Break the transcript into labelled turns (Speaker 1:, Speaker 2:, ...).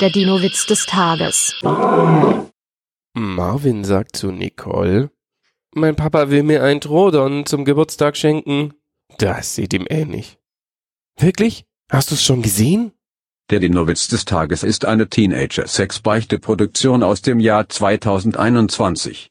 Speaker 1: Der Dino-Witz des Tages.
Speaker 2: Marvin sagt zu Nicole, mein Papa will mir einen Trodon zum Geburtstag schenken. Das sieht ihm ähnlich. Wirklich? Hast du's schon gesehen?
Speaker 3: Der Dinowitz des Tages ist eine Teenager-Sex-Beichte-Produktion aus dem Jahr 2021.